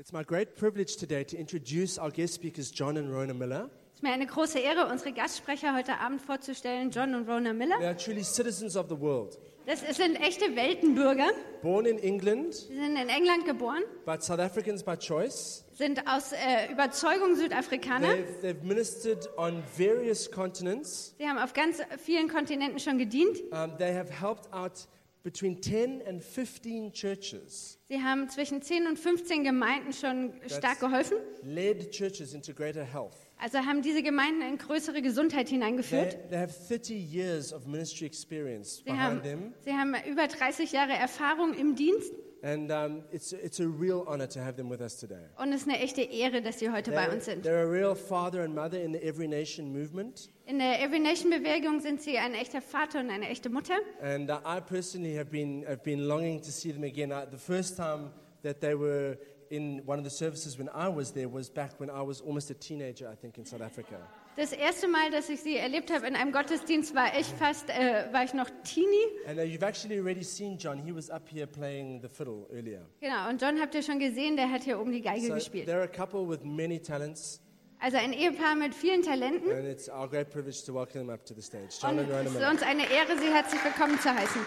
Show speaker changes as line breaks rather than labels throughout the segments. It's my great privilege today to introduce our guest speakers, John and Rona Miller.
Es ist mir eine große Ehre, unsere Gastsprecher heute Abend vorzustellen, John und Rona Miller.
They are truly citizens of the world,
Das sind echte Weltenbürger.
born in England,
Sie sind in England geboren,
but South Africans by choice.
sind aus äh, Überzeugung Südafrikaner.
They've, they've ministered on various continents.
Sie haben auf ganz vielen Kontinenten schon gedient.
Um, they have helped out between 10 and 15 churches,
Sie haben zwischen 10 und 15 Gemeinden schon stark geholfen.
led churches into greater health.
Also haben diese Gemeinden in größere Gesundheit hineingeführt.
They, they have 30 years of ministry experience
Sie haben,
behind them,
sie haben über 30 Jahre Erfahrung im Dienst
and um, it's, it's a real honor to have them with us today.
und es ist eine echte Ehre, dass sie heute bei uns
They're,
sind.
they're a real father and mother in the Every Nation movement.
In der Every Nation Bewegung sind sie ein echter Vater und eine echte Mutter.
And uh, I personally have been, have been longing to see them again. I, the first time that they were in one of the services when I was there was back when I was almost a teenager, I think, in South Africa.
Das erste Mal, dass ich sie erlebt habe in einem Gottesdienst, war ich fast, äh, war ich noch Teenie.
And uh, you've actually already seen John. He was up here playing the fiddle earlier.
Genau, und John habt ihr schon gesehen, der hat hier oben die Geige
So
gespielt.
they're a couple with many talents,
Also ein Ehepaar mit vielen Talenten.
and it's our great privilege to welcome them up to the stage. John and
Und es
Rona
ist
Miller.
uns eine Ehre, sie herzlich willkommen zu heißen.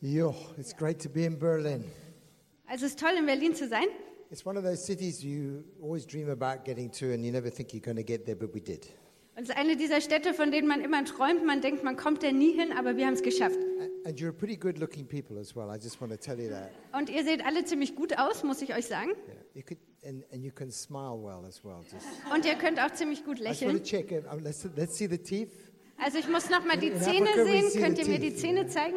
Yo, it's great to be in Berlin.
Also es ist toll, in Berlin zu sein.
It's one of those cities you always dream about getting to and you never think you're going to get there, but we did.
Und es ist eine dieser Städte, von denen man immer träumt. Man denkt, man kommt da nie hin, aber wir haben es geschafft.
A- And you're a pretty good looking people as well, I just want to tell you that.
Und ihr seht alle ziemlich gut aus, muss ich euch sagen.
Yeah. You could, and, and you can smile well as well. Just,
Und ihr könnt auch ziemlich gut
I just want
lächeln.
to check, in. Um, let's, let's see the teeth.
Also ich muss noch mal die
In
Zähne
Africa we
sehen.
see
Könnt
the
ihr mir die
teeth.
Zähne zeigen?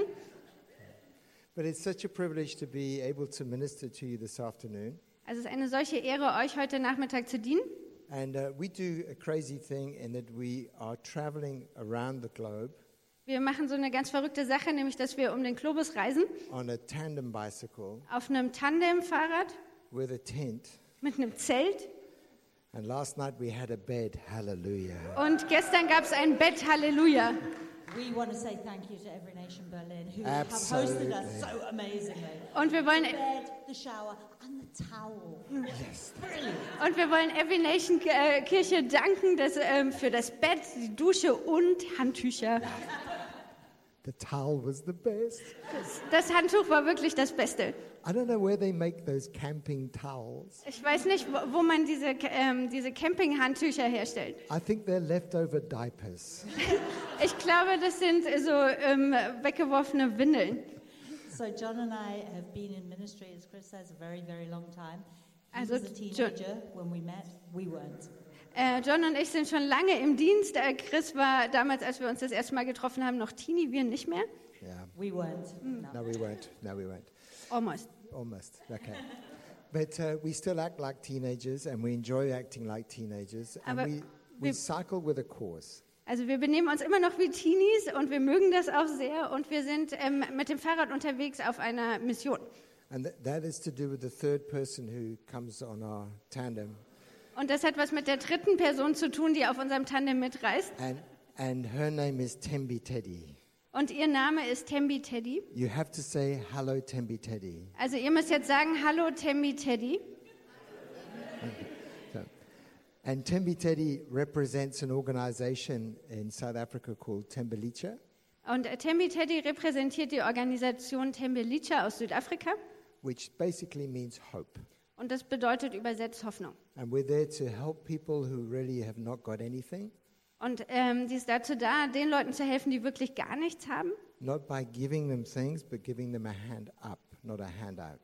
But it's such a privilege to be able to minister to you this afternoon.
Also es ist eine solche Ehre, euch heute Nachmittag zu dienen.
And uh, we do a crazy thing in that we are traveling around the globe
Wir machen so eine ganz verrückte Sache, nämlich dass wir um den Globus reisen
on a tandem bicycle
auf einem Tandemfahrrad
with a tent.
mit einem Zelt.
And last night we had a bed. Hallelujah.
Und gestern gab es ein Bett, Halleluja.
We want to say thank you to Every Nation Berlin who
Absolutely.
have hosted us so amazingly.
Und wir
The
wollen,
bed, the shower, and the towel. Yes. Brilliant.
und wir wollen Every Nation äh, Kirche danken dass, ähm, für das Bett, die Dusche und Handtücher.
The towel was the best.
Das, das Handtuch war wirklich das Beste.
I don't know where they make those camping towels.
Ich weiß nicht, wo, wo man diese, ähm, diese Camping-Handtücher herstellt.
I think they're leftover diapers.
Ich glaube, das sind so ähm, weggeworfene Windeln.
So John and I have been in ministry, as Chris says, a very, very long time. He
Also,
was a
Jo-
teenager when we met. We weren't.
Äh, John und ich sind schon lange im Dienst. Äh, Chris war damals, als wir uns das erste Mal getroffen haben, noch Teenie, wir nicht mehr.
Yeah.
We weren't.
No,
No.
we won't. No, we won't.
Almost.
Almost. Okay. But uh, we still act like teenagers and we enjoy acting like teenagers. And
Aber
we, we
wir-
cycle with a cause.
Also wir benehmen uns immer noch wie Teenies und wir mögen das auch sehr und wir sind ähm, mit dem Fahrrad unterwegs auf einer Mission.
And th- that is to do with the third person who comes on our tandem
Und das hat was mit der dritten Person zu tun, die auf unserem Tandem mitreist.
and and her name is Tembi Teddy.
Und ihr Name ist Tembi Teddy.
You have to say hello Tembi Teddy.
Also ihr müsst jetzt sagen, hallo Tembi Teddy.
So, and Tembi Teddy represents an organization in South Africa called Tembelicha,
Und äh, Tembi Teddy repräsentiert die Organisation Tembelicha aus Südafrika.
which basically means hope.
Und das bedeutet übersetzt Hoffnung.
And we're there to help people who really have not got anything,
Und ähm, die ist dazu da, den Leuten zu helfen, die wirklich gar nichts haben.
not by giving them things, but giving them a hand up, not a handout.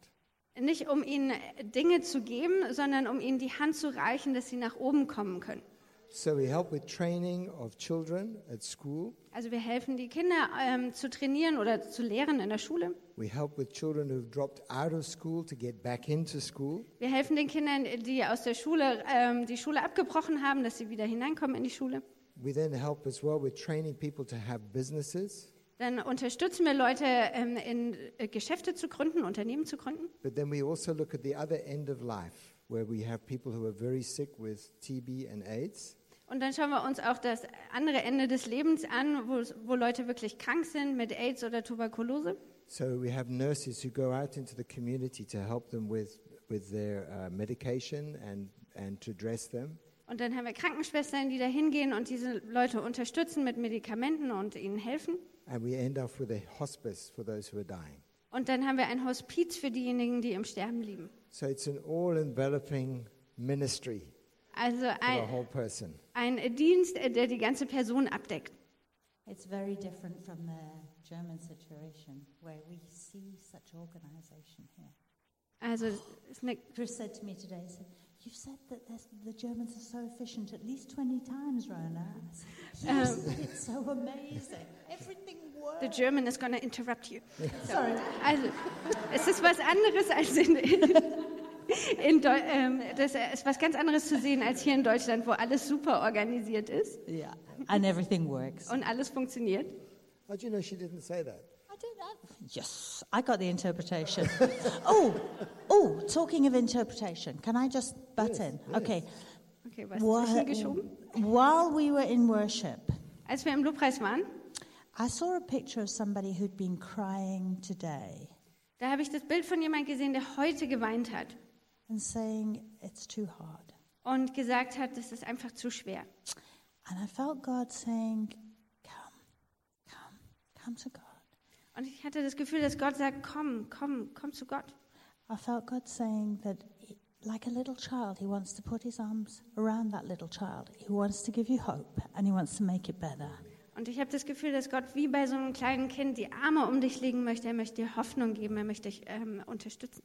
Nicht um ihnen Dinge zu geben, sondern um ihnen die Hand zu reichen, dass sie nach oben kommen können.
So we help with training of children at school.
Also wir helfen die Kinder ähm, zu trainieren oder zu lehren in der Schule.
We help with children who've dropped out of school to get back into school.
Wir helfen den Kindern, die aus der Schule ähm, die Schule abgebrochen haben, dass sie wieder hineinkommen in die Schule.
We then help as well with training people to have businesses.
Dann unterstützen wir Leute, ähm, in äh, Geschäfte zu gründen, Unternehmen zu gründen.
But then we also look at the other end of life, where we have people who are very sick with TB and AIDS,
Und dann schauen wir uns auch das andere Ende des Lebens an, wo, wo Leute wirklich krank sind mit AIDS oder Tuberkulose.
So we have nurses who go out into the community to help them with, with their uh, medication and, and to dress them.
Und dann haben wir Krankenschwestern, die da hingehen und diese Leute unterstützen mit Medikamenten und ihnen helfen.
And we end off with a hospice for those who are dying.
Und dann haben wir ein Hospiz für diejenigen, die im Sterben liegen.
So it's an all enveloping ministry
Also
for the
ein,
whole person.
ein Dienst, äh, der die ganze Person abdeckt.
It's very different from the German situation where we see such organization here.
Also es ist eine,
Chris said to me today, he said, You've said that there's- the Germans are so efficient at least 20 times, Rona. I said, yes, it's so amazing. Everything works.
the German is gonna interrupt you.
Sorry.
Also es ist was anderes als in, in, in Deu ähm, das ist was ganz anderes zu sehen als hier in Deutschland, wo alles super organisiert ist
Yeah, and everything works.
und alles funktioniert.
How Oh, do you know she didn't say that?
I don't know. Yes, I got the interpretation. oh, oh, talking of interpretation, can I just butt in? Okay.
Okay, was
Wha-
zwischengeschoben?
While we were in worship,
Als wir im Lobpreis waren,
I saw a picture of somebody who'd been crying today
da habe ich das Bild von jemand gesehen, der heute geweint hat
and saying, It's too hard.
und gesagt hat, das ist einfach zu schwer.
And I felt God saying, Come, come, come to God.
Und ich hatte das Gefühl, dass Gott sagt, komm, komm, komm zu Gott.
I felt God saying that, he- like a little child, He wants to put His arms around that little child. He wants to give you hope and He wants to make it better.
Und ich habe das Gefühl, dass Gott wie bei so einem kleinen Kind die Arme um dich legen möchte. Er möchte dir Hoffnung geben, er möchte dich ähm, unterstützen.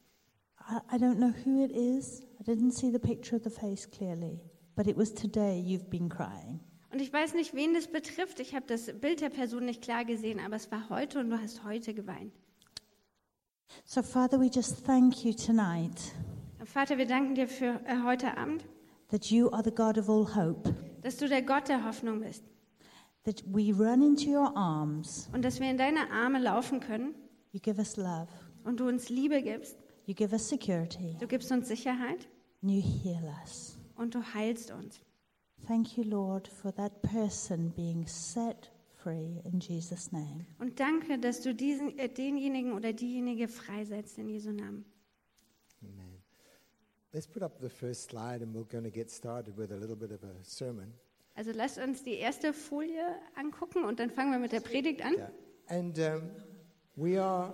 I, I don't know who it is. I didn't see the picture of the face clearly, but it was today you've been crying.
Und ich weiß nicht, wen das betrifft. Ich habe das Bild der Person nicht klar gesehen, aber es war heute und du hast heute geweint.
So, Father, we just thank you tonight
Vater, wir danken dir für äh, heute Abend,
that you are the God of all hope,
dass du der Gott der Hoffnung bist
that we run into your arms.
und dass wir in deine Arme laufen können
You give us love,
und du uns Liebe gibst.
you give us security,
Du gibst uns Sicherheit
and you heal us.
und du heilst uns.
Thank you, Lord, for that person being set free in Jesus' name.
Und danke, dass du diesen, äh, denjenigen oder diejenige freisetzt in Jesu Namen.
Amen. Let's put up the first slide and we're going to get started with a little bit of a sermon.
Also lasst uns die erste Folie angucken und dann fangen wir mit der Predigt an.
Yeah. And um, we are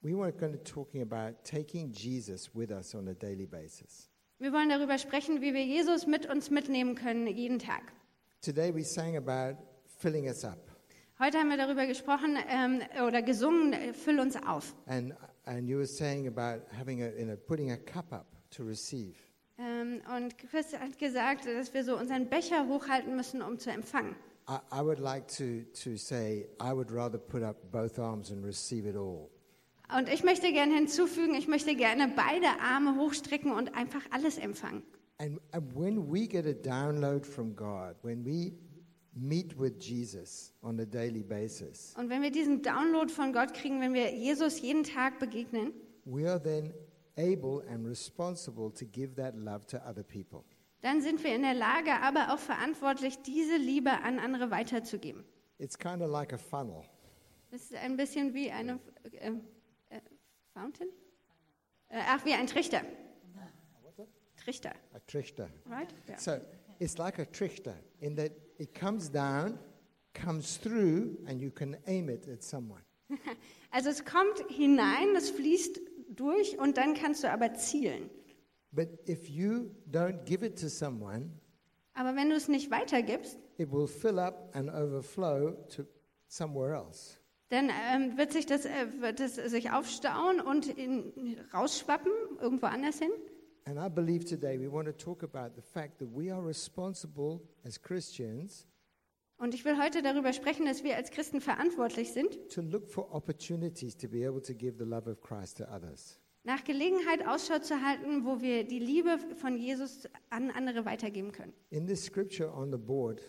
we were going to talking about taking Jesus with us on a daily basis.
Wir wollen darüber sprechen, wie wir Jesus mit uns mitnehmen können, jeden Tag.
Today we sang about filling us up,
Heute haben wir darüber gesprochen ähm, oder gesungen, äh, füll uns auf.
and and you were saying about having a you know putting a cup up to receive.
Ähm, und Chris hat gesagt, dass wir so unseren Becher hochhalten müssen, um zu empfangen.
I, I would like to to say I would rather put up both arms and receive it all.
Und ich möchte gerne hinzufügen, ich möchte gerne beide Arme hochstrecken und einfach alles empfangen.
And, and when we get a download from God, when we meet with Jesus on a daily basis,
Und wenn wir diesen Download von Gott kriegen, wenn wir Jesus jeden Tag begegnen,
we are then able and responsible to give that love to other people.
dann sind wir in der Lage, aber auch verantwortlich, diese Liebe an andere weiterzugeben.
It's kind of like a funnel.
Das ist ein bisschen wie eine äh, äh, Fountain? Äh, ach, wie ein Trichter. Trichter,
A trichter.
right? Ja.
So it's like a trichter in that it comes down, comes through, and you can aim it at someone.
Also es kommt hinein, es fließt durch und dann kannst du aber zielen.
But if you don't give it to someone,
Aber wenn du es nicht weitergibst,
it will fill up and overflow to somewhere else.
dann ähm, wird sich das, äh, wird es sich aufstauen und in, rausschwappen irgendwo anders hin.
And I believe today we want to talk about the fact that we are responsible as Christians
Und ich will heute darüber sprechen, dass wir als Christen verantwortlich sind,
to look for opportunities to be able to give the love of Christ to others.
nach Gelegenheit Ausschau zu halten, wo wir die Liebe von Jesus an andere weitergeben können.
In this scripture on the board,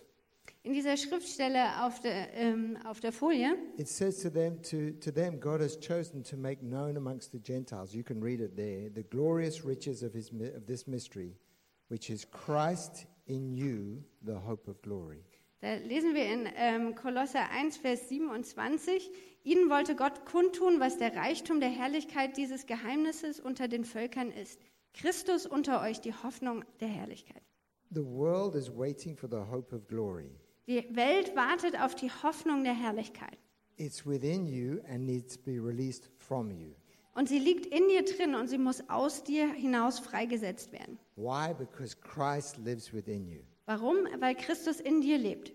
In dieser Schriftstelle auf der, ähm, auf der Folie,
it says to them, to, to them, God has chosen to make known amongst the Gentiles, you can read it there, the glorious riches of, his, mi- of this mystery, which is Christ in you the hope of glory.
Da lesen wir in ähm, Kolosser 1, Vers 27. Ihnen wollte Gott kundtun, was der Reichtum der Herrlichkeit dieses Geheimnisses unter den Völkern ist. Christus unter euch, die Hoffnung der Herrlichkeit.
The world is waiting for the hope of glory.
Die Welt wartet auf die Hoffnung der Herrlichkeit.
It's within you and needs to be released from you.
Und sie liegt in dir drin und sie muss aus dir hinaus freigesetzt werden.
Why? Because Christ lives within you.
Warum? Weil Christus in dir lebt.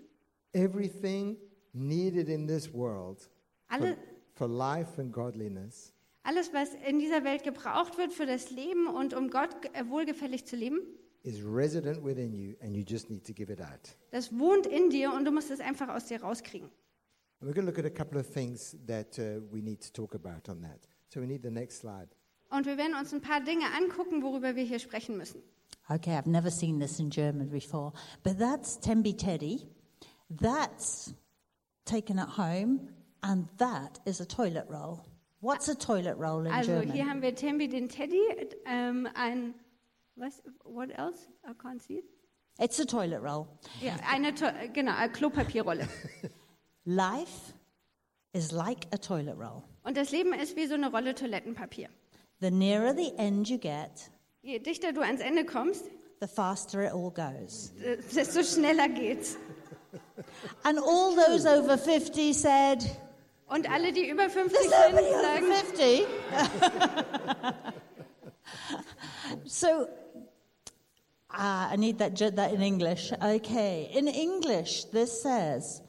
Everything needed in this world for,
Alle,
for life and godliness
alles, was in dieser Welt gebraucht wird für das Leben und um Gott äh, wohlgefällig zu leben,
is resident within you, and you just need to give it out.
das wohnt in dir und du musst es einfach aus dir rauskriegen.
And we're going to look at a couple of things that uh, we need to talk about on that. So we need the next slide.
Und wir werden uns ein paar Dinge angucken, worüber wir hier sprechen müssen.
Okay, I've never seen this in German before, but that's Tembi Teddy. That's taken at home, and that is a toilet roll. What's a toilet roll in
Also
German?
hier haben wir Tembi den Teddy, ähm, ein was? What else? I can't see it.
It's a toilet roll.
Ja, eine To- äh, genau eine Klopapierrolle.
Life is like a toilet roll.
Und das Leben ist wie so eine Rolle Toilettenpapier.
The nearer the end you get,
Je dichter du ans Ende kommst,
the faster it all goes.
äh, desto schneller geht's.
And all those over 50 said,
Und alle, die über 50
There's
sind,
nobody over
sagen,
50. so ah, I need that, ju- that in English. Okay. In English, this says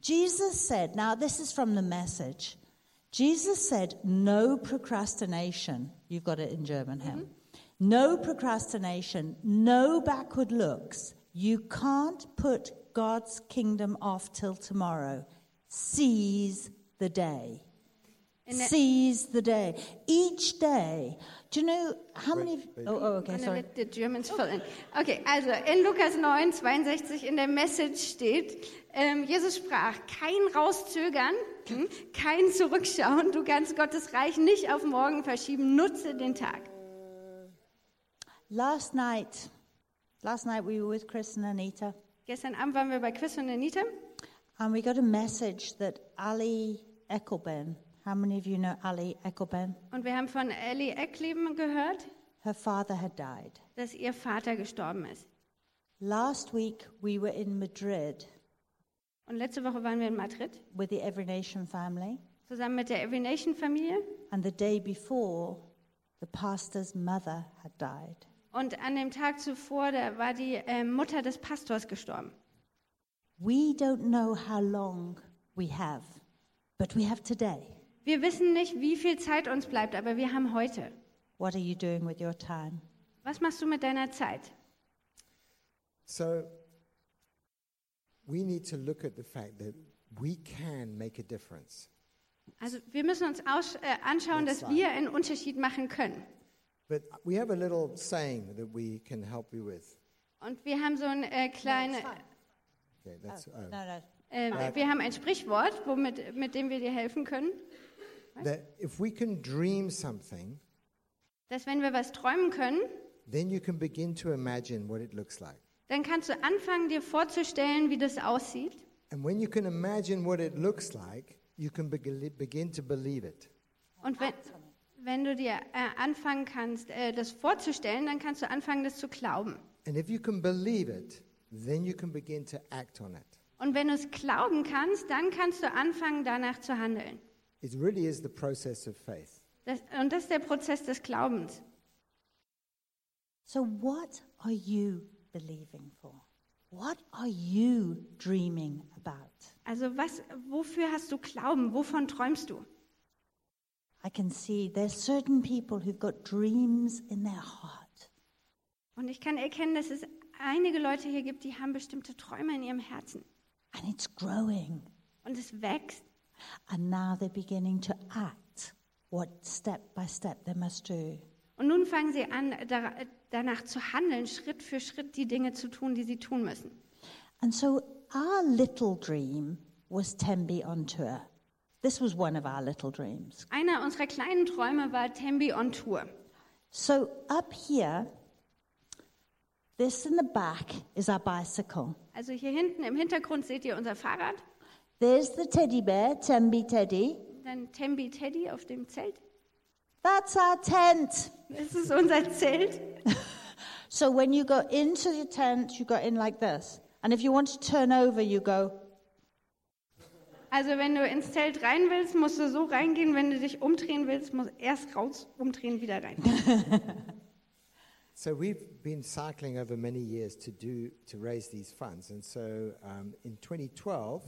Jesus said, now this is from the message. Jesus said, no procrastination. You've got it in German, Hem.
Mm-hmm.
No procrastination, no backward looks. You can't put God's kingdom off till tomorrow. Seize the day.
In the-
Seize the day. Each day. Do you know how many? oh, oh, okay,
And
sorry.
let the Germans fill in. Okay, also in Lukas 9, 62 in der Message steht, ähm, Jesus sprach, kein rauszögern, hm, kein zurückschauen, du kannst Gottes Reich nicht auf morgen verschieben, nutze den Tag.
Last night, last night we were with Chris and Anita,
Gestern Abend waren wir bei Chris und Anita
and we got a message that Ali Eckelben. How many of you know Ali Eckelben?
und wir haben von Ellie Eckleben gehört,
Her father had died.
dass ihr Vater gestorben ist.
Last week we were in Madrid
Und letzte Woche waren wir in Madrid
with the Every Nation family,
zusammen mit der Every Nation Familie
and the day before, the pastor's mother had died.
und an dem Tag zuvor, da war die ähm, Mutter des Pastors gestorben.
We don't know how long we have, but we have today.
Wir wissen nicht, wie viel Zeit uns bleibt, aber wir haben heute.
What are you doing with your time?
Was machst du mit deiner Zeit?
So we need to look at the fact that we can make a difference.
Also wir müssen uns aus, äh, anschauen, dass wir einen Unterschied machen können.
But we have a little saying that we can help you with.
Und wir haben so ein äh, kleine,
Okay, that's oh.
No, no.
äh, wir haben ein Sprichwort, womit, mit dem wir dir helfen können,
that if we can dream something,
dass wenn wir was träumen können,
then you can begin to imagine what it looks like.
dann kannst du anfangen, dir vorzustellen, wie das aussieht.
And when you can imagine what it looks like, you can beg- begin to believe it.
Und wenn, wenn du dir äh, anfangen kannst, äh, das vorzustellen, dann kannst du anfangen, das zu glauben.
And if you can believe it, then you can begin to act on it.
Und wenn du es glauben kannst, dann kannst du anfangen, danach zu handeln.
It really is the process of faith.
Das, und das ist der Prozess des Glaubens.
So, what are you believing for? What are you dreaming about?
Also was, wofür hast du Glauben? Wovon träumst du?
I can see there's certain people who've got dreams in their heart.
Und ich kann erkennen, dass es einige Leute hier gibt, die haben bestimmte Träume in ihrem Herzen.
and it's growing.
Und es wächst.
And now they're beginning to act what step by step they must do.
Und nun fangen sie an, da, danach zu handeln, Schritt für Schritt die Dinge zu tun, die sie tun müssen.
And so our little dream was Tembi on tour. This was one of our little dreams.
Einer unserer kleinen Träume war Tembi on Tour.
So up here, This in the back is our bicycle.
Also hier hinten im Hintergrund seht ihr unser Fahrrad,
There's the teddy bear, Tembi Teddy.
dann Tembi Teddy auf dem Zelt.
That's our tent.
Das ist unser Zelt.
So when you go into the tent, you go in like this. And if you want to turn over, you go.
Also wenn du ins Zelt rein willst, musst du so reingehen. Wenn du dich umdrehen willst, musst du erst raus, umdrehen, wieder rein.
So we've been cycling over many years to do to raise these funds, and so um, in 2012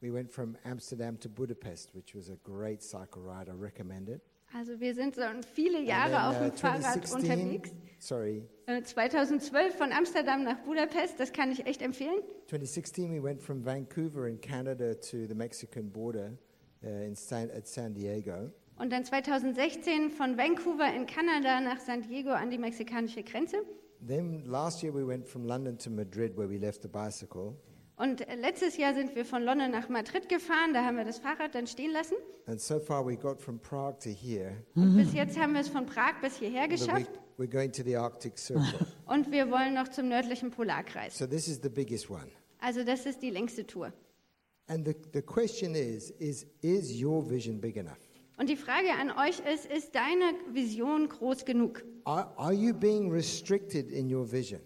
we went from Amsterdam to Budapest, which was a great cycle ride. I recommend it.
Also wir sind schon viele
And
Jahre
then,
auf
uh,
dem Fahrrad unterwegs.
sorry,
Äh, 2012 von Amsterdam nach Budapest, das kann ich echt empfehlen.
2016 we went from Vancouver in Canada to the Mexican border uh, in San, at San Diego.
Und dann 2016 von Vancouver in Kanada nach San Diego an die mexikanische Grenze.
Then last year we went from London to Madrid, where we left the bicycle.
Und äh, letztes Jahr sind wir von London nach Madrid gefahren, da haben wir das Fahrrad dann stehen lassen.
And so far we got from Prague to here.
Und bis jetzt haben wir es von Prag bis hierher
But we,
geschafft.
we're going to the Arctic Circle.
Und wir wollen noch zum nördlichen Polarkreis.
so this is the biggest one.
Also das ist die längste Tour.
And the, the question is, is, is your vision big enough?
Und die Frage an euch ist, ist deine Vision groß genug?
Are, are you being restricted in your vision?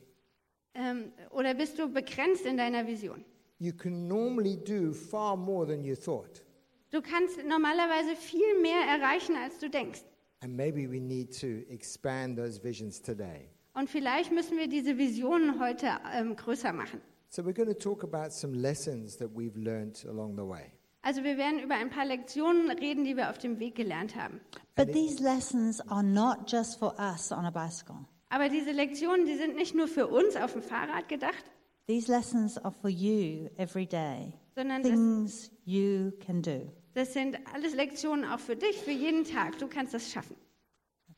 Ähm, oder bist du begrenzt in deiner Vision?
You can normally do far more than you thought.
Du kannst normalerweise viel mehr erreichen, als du denkst.
And maybe we need to expand those visions today.
Und vielleicht müssen wir diese Visionen heute ähm, größer machen.
So we're going to talk about some lessons that we've learnt along the way.
Also wir werden über ein paar Lektionen reden, die wir auf dem Weg gelernt haben.
But these lessons are not just for us on a bicycle.
Aber diese Lektionen, die sind nicht nur für uns auf dem Fahrrad gedacht,
These lessons are for you every day.
sondern das,
Things you can do.
das sind alles Lektionen auch für dich, für jeden Tag. Du kannst das schaffen.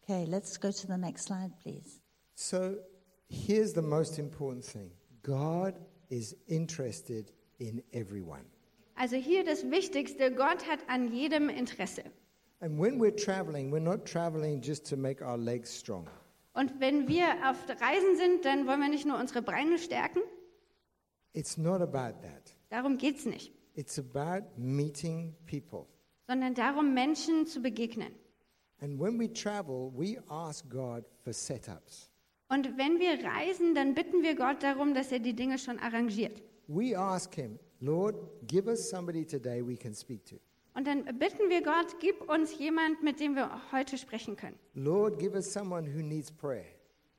Okay, let's go to the next slide, please.
So here's the most important thing God is interested in everyone.
Also hier das Wichtigste, Gott hat an jedem Interesse.
And when we're traveling, we're not traveling just to make our legs strong.
Und wenn wir auf Reisen sind, dann wollen wir nicht nur unsere Beine stärken,
It's not about that.
darum geht's nicht,
It's about meeting people.
sondern darum, Menschen zu begegnen.
And when we travel, we ask God for setups.
Und wenn wir reisen, dann bitten wir Gott darum, dass er die Dinge schon arrangiert.
We ask Him, Lord, give us somebody today we can speak to.
Und dann bitten wir Gott, gib uns jemand, mit dem wir heute sprechen können.
Lord, give us someone who needs prayer.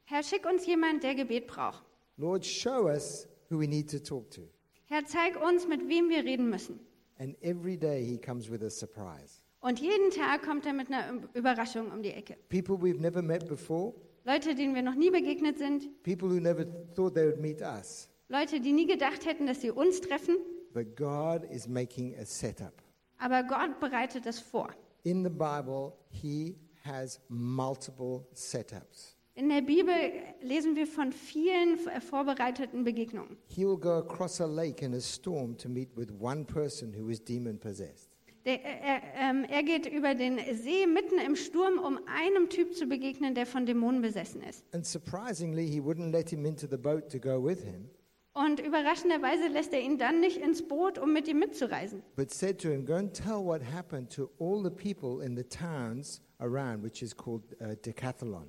Herr, schick uns jemand, der Gebet braucht.
Lord, show us who we need to talk to.
Herr, zeig uns, mit wem wir reden müssen.
And every day He comes with a surprise.
Und jeden Tag kommt er mit einer Überraschung um die Ecke.
People we've never met before,
Leute, denen wir noch nie begegnet sind,
people who never thought they would meet us.
Leute, die nie gedacht hätten, dass sie uns treffen.
But God is making a setup.
Aber Gott bereitet das vor.
In the Bible, He has multiple setups.
In der Bibel lesen wir von vielen vorbereiteten Begegnungen.
He will go across a lake in a storm to meet with one person who is demon possessed.
Der, er, ähm, er geht über den See mitten im Sturm, um einem Typ zu begegnen, der von Dämonen besessen ist.
And surprisingly, he wouldn't let him into the boat to go with him,
Und überraschenderweise lässt er ihn dann nicht ins Boot, um mit ihm mitzureisen,
but said to him, Go and tell what happened to all the people in the towns around, which is called uh, Decathlon.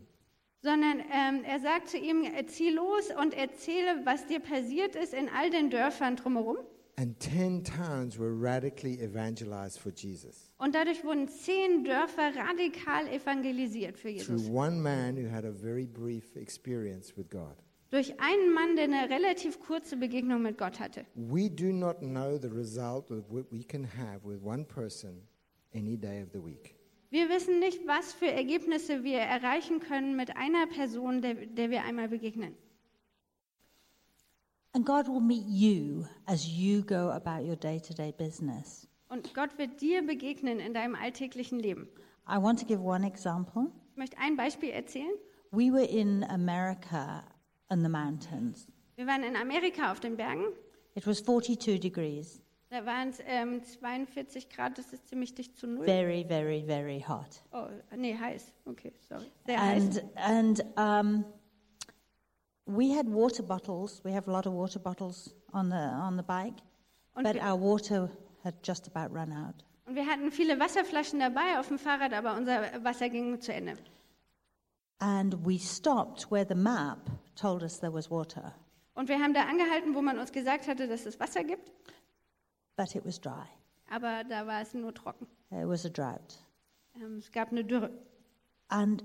sondern ähm, er sagt zu ihm, äh, zieh los und erzähle, was dir passiert ist in all den Dörfern drumherum.
And 10 towns were radically evangelized for Jesus
Und dadurch wurden zehn Dörfer radikal evangelisiert für
through
Jesus.
one man who had a very brief experience with God.
Durch einen Mann, der eine relativ kurze Begegnung mit Gott hatte.
We do not know the result of what we can have with one person any day of the week.
Wir wissen nicht, was für Ergebnisse wir erreichen können mit einer Person, der, der wir einmal begegnen.
And God will meet you as you go about your day to day business.
Und Gott wird dir begegnen in deinem alltäglichen Leben.
I want to give one example.
Ich möchte ein Beispiel erzählen.
We were in America in the mountains.
Wir waren in Amerika auf den Bergen.
It was 42 degrees,
Da waren es ähm, 42 Grad, das ist ziemlich dicht zu null.
very, very, very hot. Also-
Oh, nee, heiß. Okay, sorry. Sehr heiß.
And, and um, we had water bottles. We have a lot of water bottles on the on the bike,
Und
but
wir-
our water had just about run out.
Und wir hatten viele Wasserflaschen dabei auf dem Fahrrad, aber unser Wasser ging zu Ende.
And we stopped where the map told us there was water,
Und wir haben da angehalten, wo man uns gesagt hatte, dass es Wasser gibt,
but it was dry.
aber da war es nur trocken.
It was a drought.
Ähm, es gab eine Dürre.
And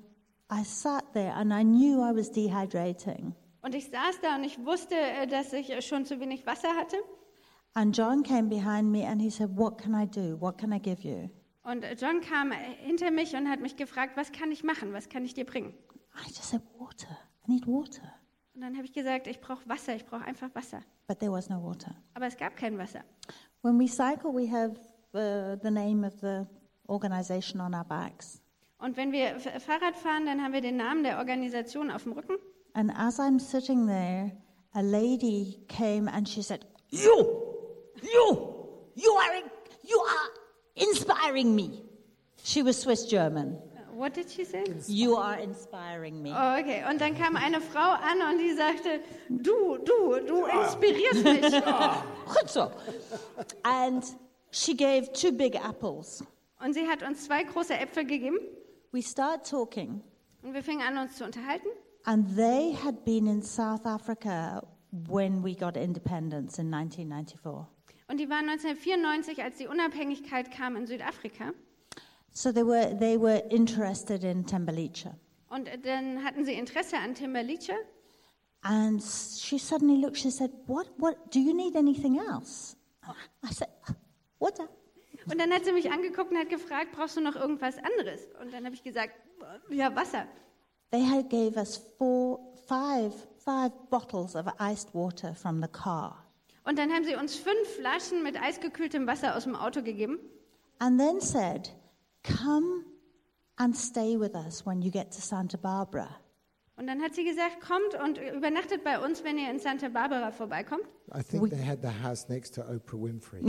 I sat there and I knew I was dehydrating.
Und ich saß da und ich wusste, äh, dass ich äh, schon zu wenig Wasser hatte.
And John came behind me and he said, What can I do? What can I give you?
Und äh, John kam äh, hinter mich und hat mich gefragt, was kann ich machen, was kann ich dir bringen?
I just said, Water. I need water.
Und dann habe ich gesagt, ich brauche Wasser, ich brauche einfach Wasser.
But there was no water.
Aber es gab kein Wasser.
When we cycle, we have uh, the name of the organization on our backs.
Und wenn wir F- Fahrrad fahren, dann haben wir den Namen der Organisation auf dem Rücken.
And as I'm sitting there, a lady came and she said, "You, you, you are, you are inspiring me." She was Swiss German.
Äh, What did she say?
You are inspiring me.
Oh, okay. Und dann kam eine Frau an und die sagte, du, du, du inspirierst mich.
Goed zo. And she gave two big apples.
Und sie hat uns zwei große Äpfel gegeben
We start talking,
und wir fingen an, uns zu unterhalten.
and they had been in South Africa when we got independence in 1994.
Und die waren 1994, als die Unabhängigkeit kam in Südafrika.
So they were they were interested in Tembelicha.
Und äh, dann hatten sie Interesse an Timberliche.
And s- she suddenly looked, she said, What, what, do you need anything else? I said, Water.
Und dann hat sie mich angeguckt und hat gefragt, brauchst du noch irgendwas anderes? Und dann habe ich gesagt, ja, Wasser.
They had gave us four, five, five bottles of iced water from the car.
Und dann haben sie uns fünf Flaschen mit eisgekühltem Wasser aus dem Auto gegeben
And then said, Come and stay with us when you get to Santa Barbara.
Und dann hat sie gesagt, kommt und übernachtet bei uns, wenn ihr in Santa Barbara vorbeikommt.
I think they had the house next to Oprah Winfrey.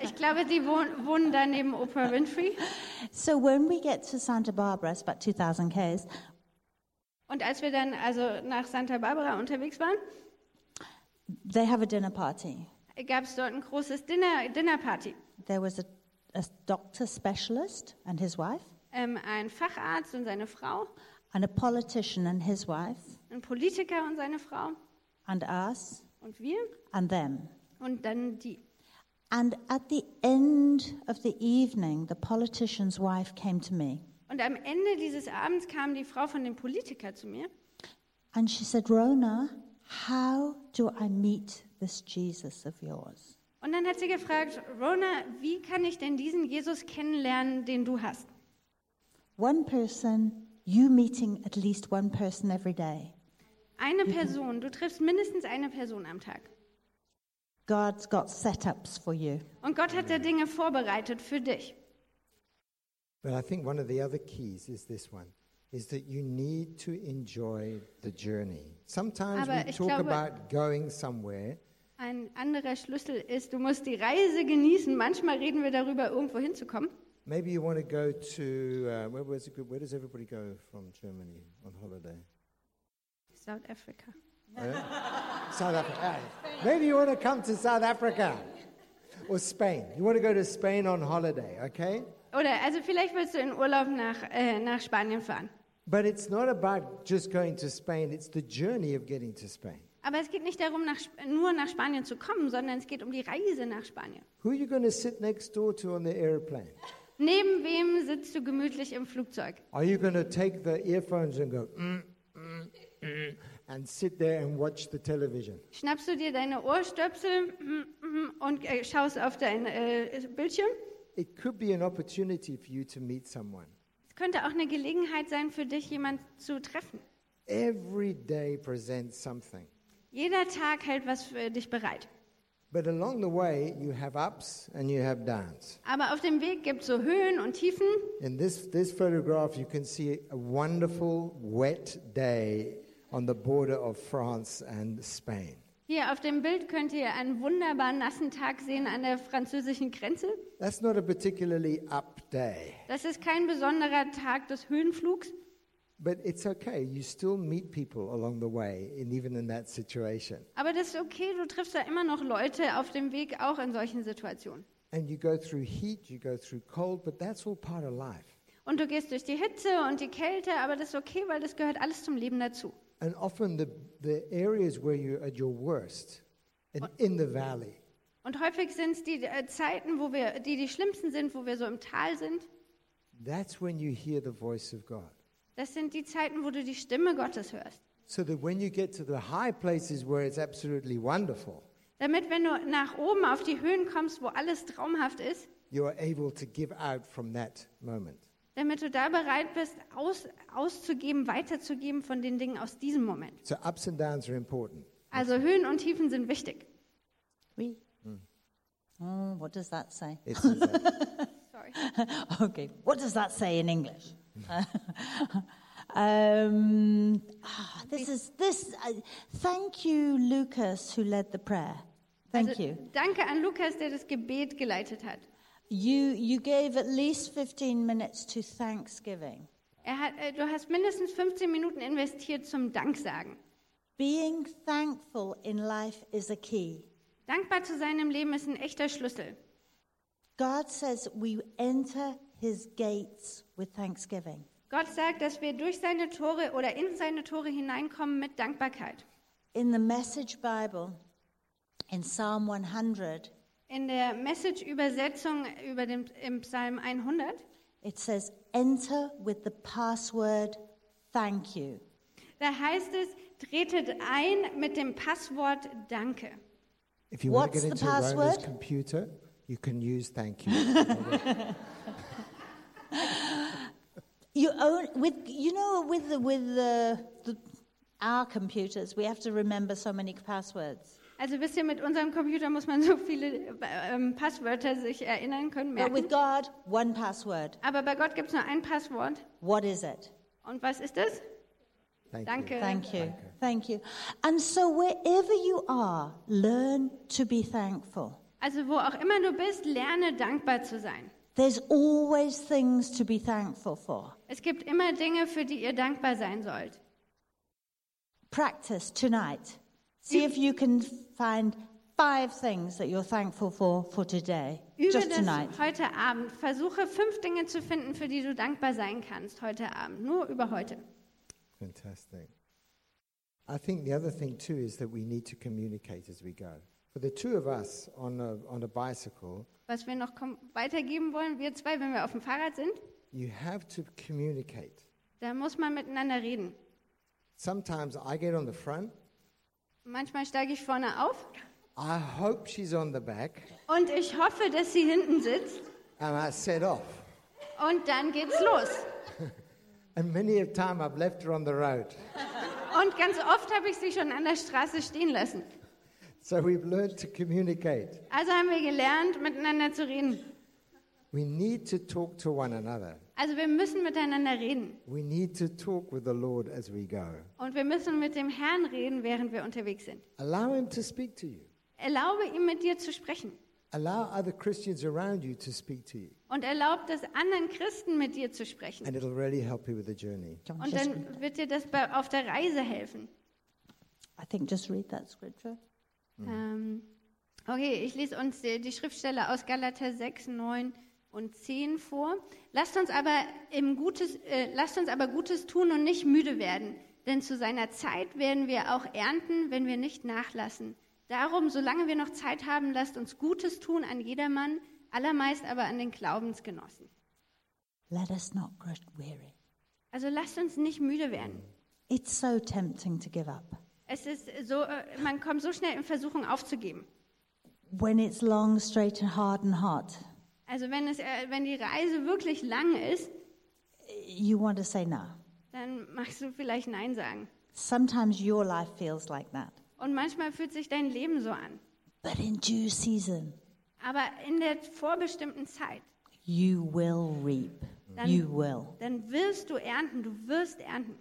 Ich glaube, die wohn, wohnen da neben Oprah Winfrey.
So when we get to Santa Barbara, it's about 2,000 Ks,
Und als wir dann also nach Santa Barbara unterwegs waren,
they have a dinner party.
gab es dort ein großes Dinner, Dinnerparty.
There was a, a doctor specialist and his wife,
Ähm, ein Facharzt und seine Frau,
and a politician and his wife,
ein Politiker und seine Frau
and us.
und wir
and them.
und dann die.
And at the end of the evening, the politician's wife came to me
Und am Ende dieses Abends kam die Frau von dem Politiker zu mir
and she said, Rona, how do I meet this Jesus of yours?
und dann hat sie gefragt, Rona, wie kann ich denn diesen Jesus kennenlernen, den du hast?
One person, you meeting at least one person every day.
Eine Person, du triffst mindestens eine Person am Tag.
God's got setups for you.
Und Gott hat da Dinge vorbereitet für dich.
but I think one of the other keys is this one. Is that you need to enjoy the journey. Sometimes
Aber
we
ich
talk
glaube-
about going somewhere,
Ein anderer Schlüssel ist, du musst die Reise genießen. Manchmal reden wir darüber, irgendwo hinzukommen.
Maybe you want to go to uh, where was it good? Where does everybody go from Germany on holiday?
South Africa.
South Africa. Ah, Maybe you want to come to South Africa or Spain. You want to go to Spain on holiday, okay?
Oder also vielleicht willst du in Urlaub nach, äh, nach Spanien fahren.
But it's not about just going to Spain. It's the journey of getting to Spain.
Aber es geht nicht darum, nach, Sp- nur nach Spanien zu kommen, sondern es geht um die Reise nach Spanien.
Who are you going to sit next door to on the airplane?
Neben wem sitzt du gemütlich im Flugzeug?
Are you going to take the earphones and go mm, mm, mm, and sit there and watch the television?
Schnappst du dir deine Ohrstöpsel mm, mm, und äh, schaust auf dein äh, Bildschirm?
It could be an opportunity for you to meet someone.
Es könnte auch eine Gelegenheit sein, für dich jemanden zu treffen.
Every day presents something.
Jeder Tag hält was für dich bereit.
But along the way, you have ups and you have downs.
Aber auf dem Weg gibt es so Höhen und Tiefen.
In this, this photograph, you can see a wonderful wet day on the border of France and Spain.
Hier auf dem Bild könnt ihr einen wunderbar nassen Tag sehen an der französischen Grenze.
That's not a particularly up day,
Das ist kein besonderer Tag des Höhenflugs,
But it's okay. You still meet people along the way, and even in that situation.
Aber das ist okay, du triffst da immer noch Leute auf dem Weg, auch in solchen Situationen.
And you go through heat, you go through cold, but that's all part of life.
Und du gehst durch die Hitze und die Kälte, aber das ist okay, weil das gehört alles zum Leben dazu.
And often the, the areas where you're at your worst, and in the valley,
Und häufig sind es die äh, Zeiten, wo wir, die die schlimmsten sind, wo wir so im Tal sind.
that's when you hear the voice of God.
Das sind die Zeiten, wo du die Stimme Gottes hörst.
So that when you get to the high places where it's absolutely wonderful,
Damit, wenn du nach oben auf die Höhen kommst, wo alles traumhaft ist,
you are able to give out from that moment.
damit du da bereit bist, aus, auszugeben, weiterzugeben von den Dingen aus diesem Moment.
So ups and downs are important.
Also Höhen und Tiefen sind wichtig.
We. Oh, what does that say?
It says that.
Sorry.
okay, what does that say in English? um, ah, this is this. Uh, thank you, Lucas, who led the prayer. Thank
Also,
you.
Danke an Lukas, der das Gebet geleitet hat.
You you gave at least fifteen minutes to Thanksgiving.
Er hat äh, du hast mindestens 15 Minuten investiert zum Danksagen.
Being thankful in life is a key.
Dankbar zu sein im Leben ist ein echter Schlüssel.
God says we enter His gates with thanksgiving.
Gott sagt, dass wir durch seine Tore oder in seine Tore hineinkommen mit Dankbarkeit.
In the Message Bible, in Psalm 100,
In der Message-Übersetzung über dem, im Psalm 100
It says, enter with the password thank you.
Da heißt es, tretet ein mit dem Passwort Danke.
If you want
What's
to
the
get into Rona's
password?
computer, you can use thank you.
You own with you know with the, with the, the our computers we have to remember so many passwords.
Also wisst ihr, mit unserem Computer muss man so viele äh, ähm, Passwörter sich erinnern können,
But with
merken.
God, one password.
Aber bei Gott gibt es nur ein Passwort.
What is it?
Und was ist das?
Thank
Danke.
Thank you. Thank you. And so wherever you are, learn to be thankful.
Also wo auch immer du bist, lerne dankbar zu sein.
There's always things to be thankful for.
Es gibt immer Dinge, für die ihr dankbar sein sollt.
Practice tonight. See if you can find five things that you're thankful for for today,
Übe
just
das
tonight.
heute Abend. Versuche fünf Dinge zu finden, für die du dankbar sein kannst heute Abend. Nur über heute.
you. Fantastic. I think the other thing too is that we need to communicate as we go. For the two of us on a, on a bicycle,
Was wir noch kom- weitergeben wollen, wir zwei, wenn wir auf dem Fahrrad sind,
you have to communicate.
da muss man miteinander reden.
Sometimes I get on the front.
Manchmal steige ich vorne auf
I hope she's on the back,
und ich hoffe, dass sie hinten sitzt
and I set off.
und dann geht's los.
And many a time I've left her on the road.
Und ganz oft habe ich sie schon an der Straße stehen lassen.
So we've learned to communicate.
Also haben wir gelernt, miteinander zu reden.
We need to talk to one another.
Also wir müssen miteinander reden
We need to talk with the Lord as we go.
und wir müssen mit dem Herrn reden, während wir unterwegs sind.
Allow Him to speak to you.
Erlaube ihm, mit dir zu sprechen
Allow other Christians around you to speak to you.
und erlaub es anderen Christen, mit dir zu sprechen.
And it'll really help you with the journey.
Can we
Und
just-
dann wird dir das bei, auf der Reise helfen.
I think just read that scripture.
Ähm, okay, ich lese uns die, die Schriftstelle aus Galater 6, 9 und 10 vor. Lasst uns aber im Gutes, äh, lasst uns aber Gutes tun und nicht müde werden, denn zu seiner Zeit werden wir auch ernten, wenn wir nicht nachlassen. Darum, solange wir noch Zeit haben, lasst uns Gutes tun an jedermann, allermeist aber an den Glaubensgenossen.
Let us not grow weary.
Also lasst uns nicht müde werden.
It's so tempting to give up.
Es ist so, äh, man kommt so schnell in Versuchung aufzugeben.
When it's long, straight, and hard and hot,
Also wenn, es, äh, wenn die Reise wirklich lang ist,
you want to say no.
dann magst du vielleicht Nein sagen.
Sometimes your life feels like that.
Und manchmal fühlt sich dein Leben so an.
But in due season,
Aber in der vorbestimmten Zeit,
you will reap.
Dann-
You will.
dann wirst du ernten, du wirst ernten.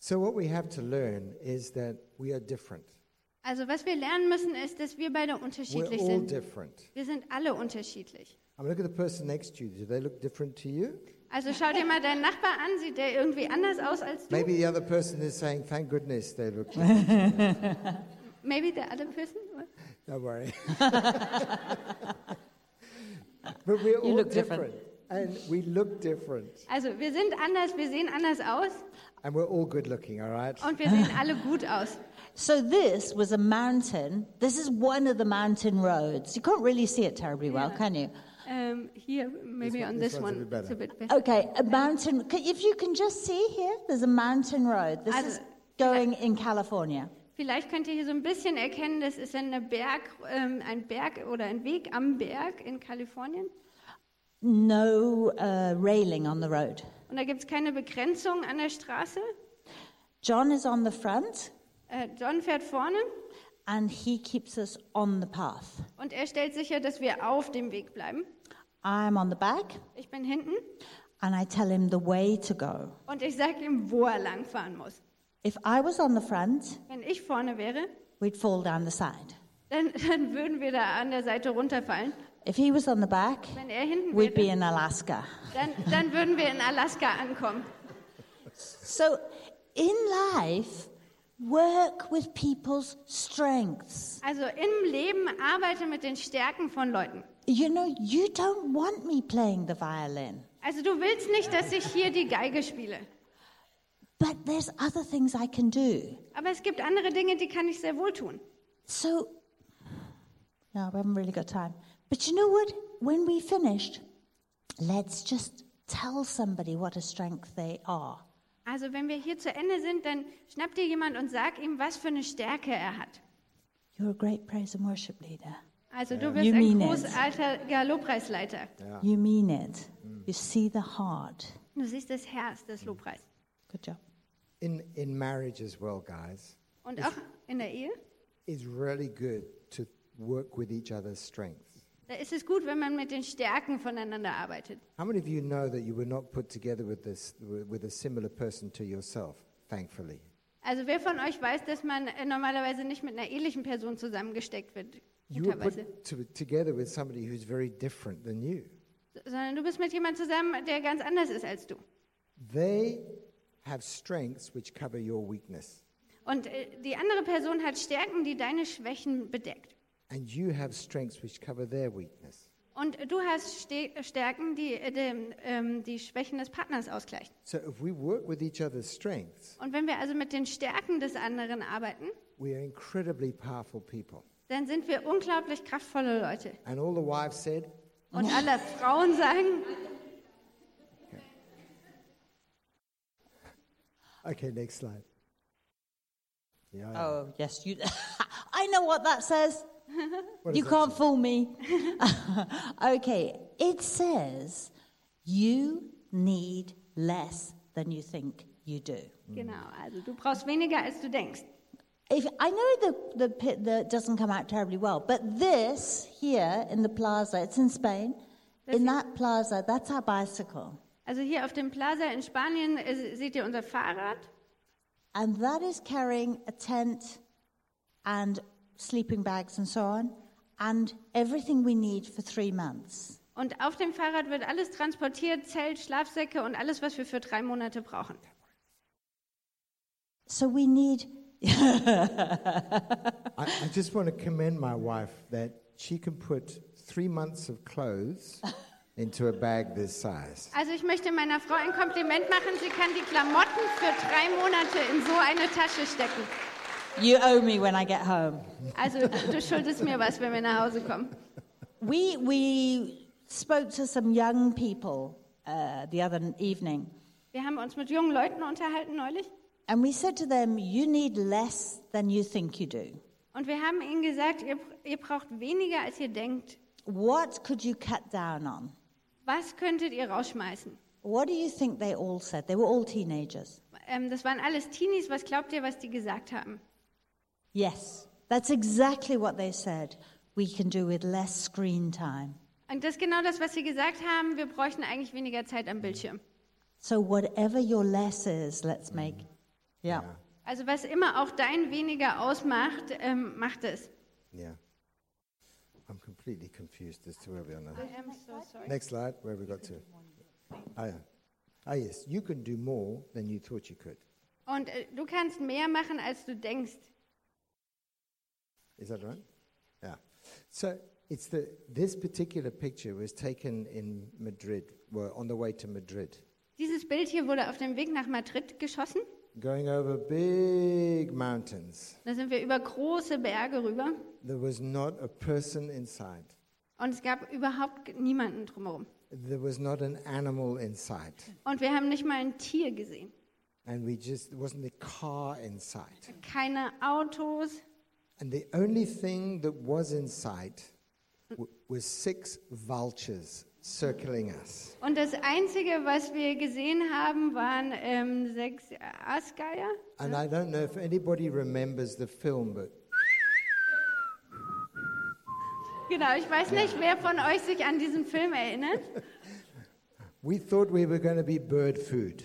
So, what we have to learn is that we are different.
Also was wir lernen müssen, ist, dass wir beide
We're
unterschiedlich
all
sind.
different.
Wir sind alle unterschiedlich.
I mean, look at the person next to you. Do they look different to you?
Also schau dir mal deinen Nachbar an, sieht der irgendwie anders aus als du?
Maybe the other person is saying, thank goodness they look. like-"
Maybe the other person?
Don't worry. but we're all
look
different.
different.
And we look different.
Also wir sind anders, wir sehen anders aus
And we're all good looking, all right?
Oh.
und wir sehen alle gut aus.
So this was a mountain. This is one of the mountain roads. You can't really see it terribly well, can you?
Ähm, hier, maybe
This one-
on
this
this
one's a
one,
bit better.
it's a bit better.
Okay, a mountain. c- If you can just see here, there's a mountain road. This
Also-
is going in California.
Vielleicht könnt ihr hier so ein bisschen erkennen, das ist eine Berg, ähm, ein Berg oder ein Weg am Berg in Kalifornien.
No uh, railing on the road.
Und da gibt es keine Begrenzung an der Straße.
John is on the front,
Äh, John fährt vorne
and he keeps us on the path.
und er stellt sicher, dass wir auf dem Weg bleiben.
I'm on the back,
Ich bin hinten
and I tell him the way to go.
und ich sage ihm, wo er langfahren muss.
If I was on the front,
Wenn ich vorne wäre,
we'd fall down the side.
dann, dann würden wir da an der Seite runterfallen.
If he was on the back,
Wenn er hinten
we'd be
wäre,
in Alaska.
dann, dann würden wir in Alaska ankommen.
So in life, work with people's strengths.
Also im Leben arbeite mit den Stärken von Leuten.
You know, you don't want me playing the violin,
Also du willst nicht, dass ich hier die Geige spiele.
but there's other things I can do.
Aber es gibt andere Dinge, die kann ich sehr wohl tun.
So, no, we haven't really got time. But you know what? When we finished, let's just tell somebody what a strength they are.
Also wenn wir hier zu Ende sind, dann schnapp dir jemand und sag ihm, was für eine Stärke er hat.
You're a great praise and worship leader.
Also du bist
You
ein
mean it.
großartiger Lobpreisleiter.
You mean it. You see the heart.
Du siehst das Herz des Lobpreis.
Good job.
In, in marriage as well, guys,
Und auch in der Ehe,
it's really good to work with each other's strengths.
da ist es gut, wenn man mit den Stärken voneinander arbeitet.
How many of you know that you were not put together with, this, with a similar person to yourself, thankfully?
Also wer von euch weiß, dass man äh, normalerweise nicht mit einer ähnlichen Person zusammengesteckt wird,
You were
guterweise,
put to, together with somebody who's very different than you.
S- sondern du bist mit jemandem zusammen, der ganz anders ist als du.
They have strengths which cover your weakness,
Und äh, die andere Person hat Stärken, die deine Schwächen bedeckt.
and you have strengths which cover their weakness.
Und du hast Ste Stärken, die äh, dem, ähm, die Schwächen des Partners ausgleicht.
So if we work with each other's strengths,
Und wenn wir also mit den Stärken des anderen arbeiten,
we are incredibly powerful people.
dann sind wir unglaublich kraftvolle Leute.
And all the wives said,
Und alle Frauen sagen,
okay, next slide. Yeah, yeah.
Oh, yes. You, I know what that says.
What
you
does that
can't fool me. okay, it says you need less than you think you do.
genau, also du brauchst weniger, als du denkst.
If, I know the, the pit that doesn't come out terribly well, but this here in the plaza, it's in Spain. In that plaza, that's our bicycle.
Also hier auf dem Plaza in Spanien äh, seht ihr unser Fahrrad
And that is carrying a tent and sleeping bags and so on, and everything we need for three months.
und auf dem Fahrrad wird alles transportiert, Zelt, Schlafsäcke und alles, was wir für drei Monate brauchen.
So we need,
I, I just want to commend my wife that she can put three months of clothes into a bag this size.
Also ich möchte meiner Frau ein Kompliment machen, sie kann die Klamotten für drei Monate in so eine Tasche stecken.
you owe me when I get home.
Also du schuldest mir was, wenn wir nach Hause kommen.
We, we spoke to some young people uh, the other evening,
Wir haben uns mit jungen Leuten unterhalten neulich
and we said to them, You need less than you think you do.
und wir haben ihnen gesagt, ihr, ihr braucht weniger, als ihr denkt.
What could you cut down on?
Was könntet ihr rausschmeißen?
What do you think they all said? They were all teenagers.
Ähm, das waren alles Teenies, was glaubt ihr, was die gesagt haben?
Yes, that's exactly what they said. We can do with less screen time.
Und das ist genau das, was sie gesagt haben, wir bräuchten eigentlich weniger Zeit am Bildschirm.
So, whatever your less is, let's make. Yeah.
Also was immer auch dein weniger ausmacht, ähm, macht es.
Yeah. I'm completely confused as to where we are now.
I'm so sorry.
Next slide, where we got to. Oh, yeah. Ah, yes, you can do more than you thought you could.
Und äh, du kannst mehr machen, als du denkst.
Is that right? Yeah. So it's the this particular picture was taken in Madrid. We're on the way to Madrid,
Dieses Bild hier wurde auf dem Weg nach Madrid geschossen.
going over big mountains.
Da sind wir über große Berge rüber
There was not a person inside.
und es gab überhaupt niemanden drumherum.
There was not an animal inside,
Und wir haben nicht mal ein Tier gesehen.
and we just there wasn't a car inside.
Keine Autos.
And the only thing that was in sight w- was six vultures circling us.
Und das Einzige, was wir gesehen haben, waren ähm, sechs Aasgeier.
And I don't know if anybody remembers the film, but
Genau, ich weiß nicht, wer von euch sich an diesen Film erinnert.
we thought we were going to be bird food.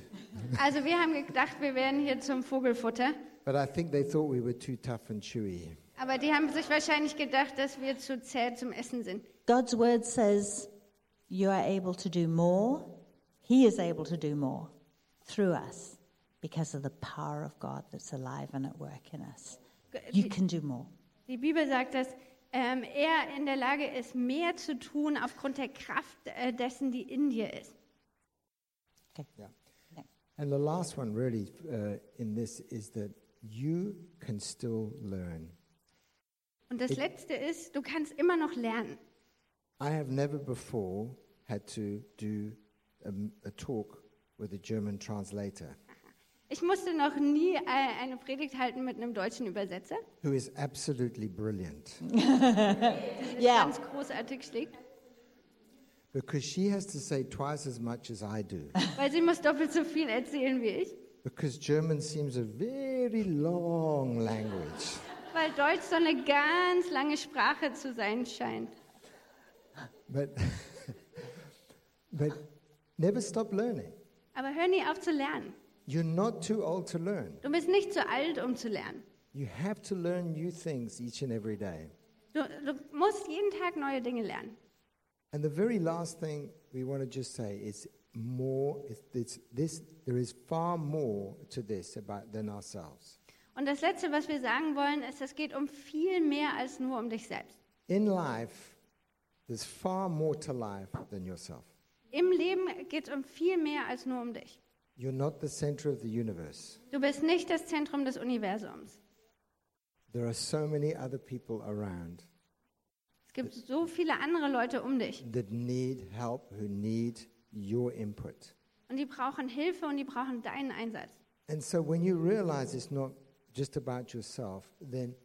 Also wir haben gedacht, wir wären hier zum Vogelfutter.
But I think they thought we were too tough and chewy.
Aber die haben sich wahrscheinlich gedacht, dass wir zu zäh zum Essen sind.
God's word says you are able to do more. He is able to do more through us because of the power of God that's alive and at work in us. You can do more.
Die Bibel sagt, dass ähm, er in der Lage ist, mehr zu tun aufgrund der Kraft äh, dessen, die in dir ist.
Okay.
Yeah. And the last one, really, uh, in this is that you can still learn.
Und das Letzte ist, du kannst immer noch lernen.
I have never before had to do a, a talk with a German translator
Ich musste noch nie äh, eine Predigt halten mit einem deutschen Übersetzer,
who is absolutely brilliant
der
Ja.
ganz großartig schlägt,
because she has to say twice as much as I do
weil sie muss doppelt so viel erzählen wie ich,
because German seems a very long language.
weil Deutsch so eine ganz lange Sprache zu sein scheint.
But, but never stop learning.
Aber hör nie auf zu lernen.
You're not too old to learn.
Du bist nicht zu alt, um zu lernen.
You have to learn new things each and every day.
Du, du musst jeden Tag neue Dinge lernen.
And the very last thing we want to just say is more. It's, it's this. There is far more to this about than ourselves.
Und das Letzte, was wir sagen wollen, ist, es geht um viel mehr als nur um dich selbst.
In life, there's far more to life than yourself.
Im Leben geht es um viel mehr als nur um dich.
You're not the center of the universe.
Du bist nicht das Zentrum des Universums.
There are so many other people around
Es gibt so viele andere Leute um dich.
that need help, who need your input.
Und die brauchen Hilfe und die brauchen deinen Einsatz.
And so when you realize it's not just about yourself, then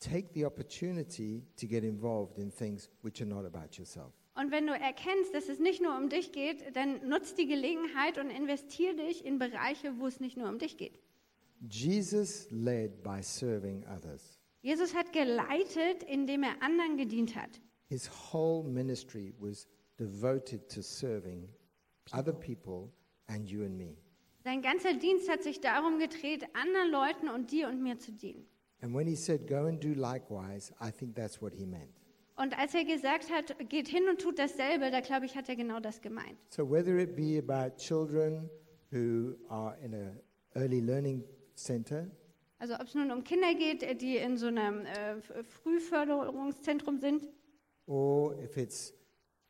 take the opportunity to get involved in things which are not about yourself.
Und wenn du erkennst, dass es nicht nur um dich geht, dann nutz die Gelegenheit und investier dich in Bereiche, wo es nicht nur um dich geht.
Jesus led by serving others.
Jesus hat geleitet, indem er anderen gedient hat.
His whole ministry was devoted to serving other people and you and me.
Sein ganzer Dienst hat sich darum gedreht, anderen Leuten und dir und mir zu dienen.
And when he said, go and do likewise, I think that's what he meant.
Und als er gesagt hat, geht hin und tut dasselbe, da glaube ich, hat er genau das gemeint.
So whether it be about children who are in an early learning center
Also ob es nun um Kinder geht, die in so einem äh, F- Frühförderungszentrum sind,
or if it's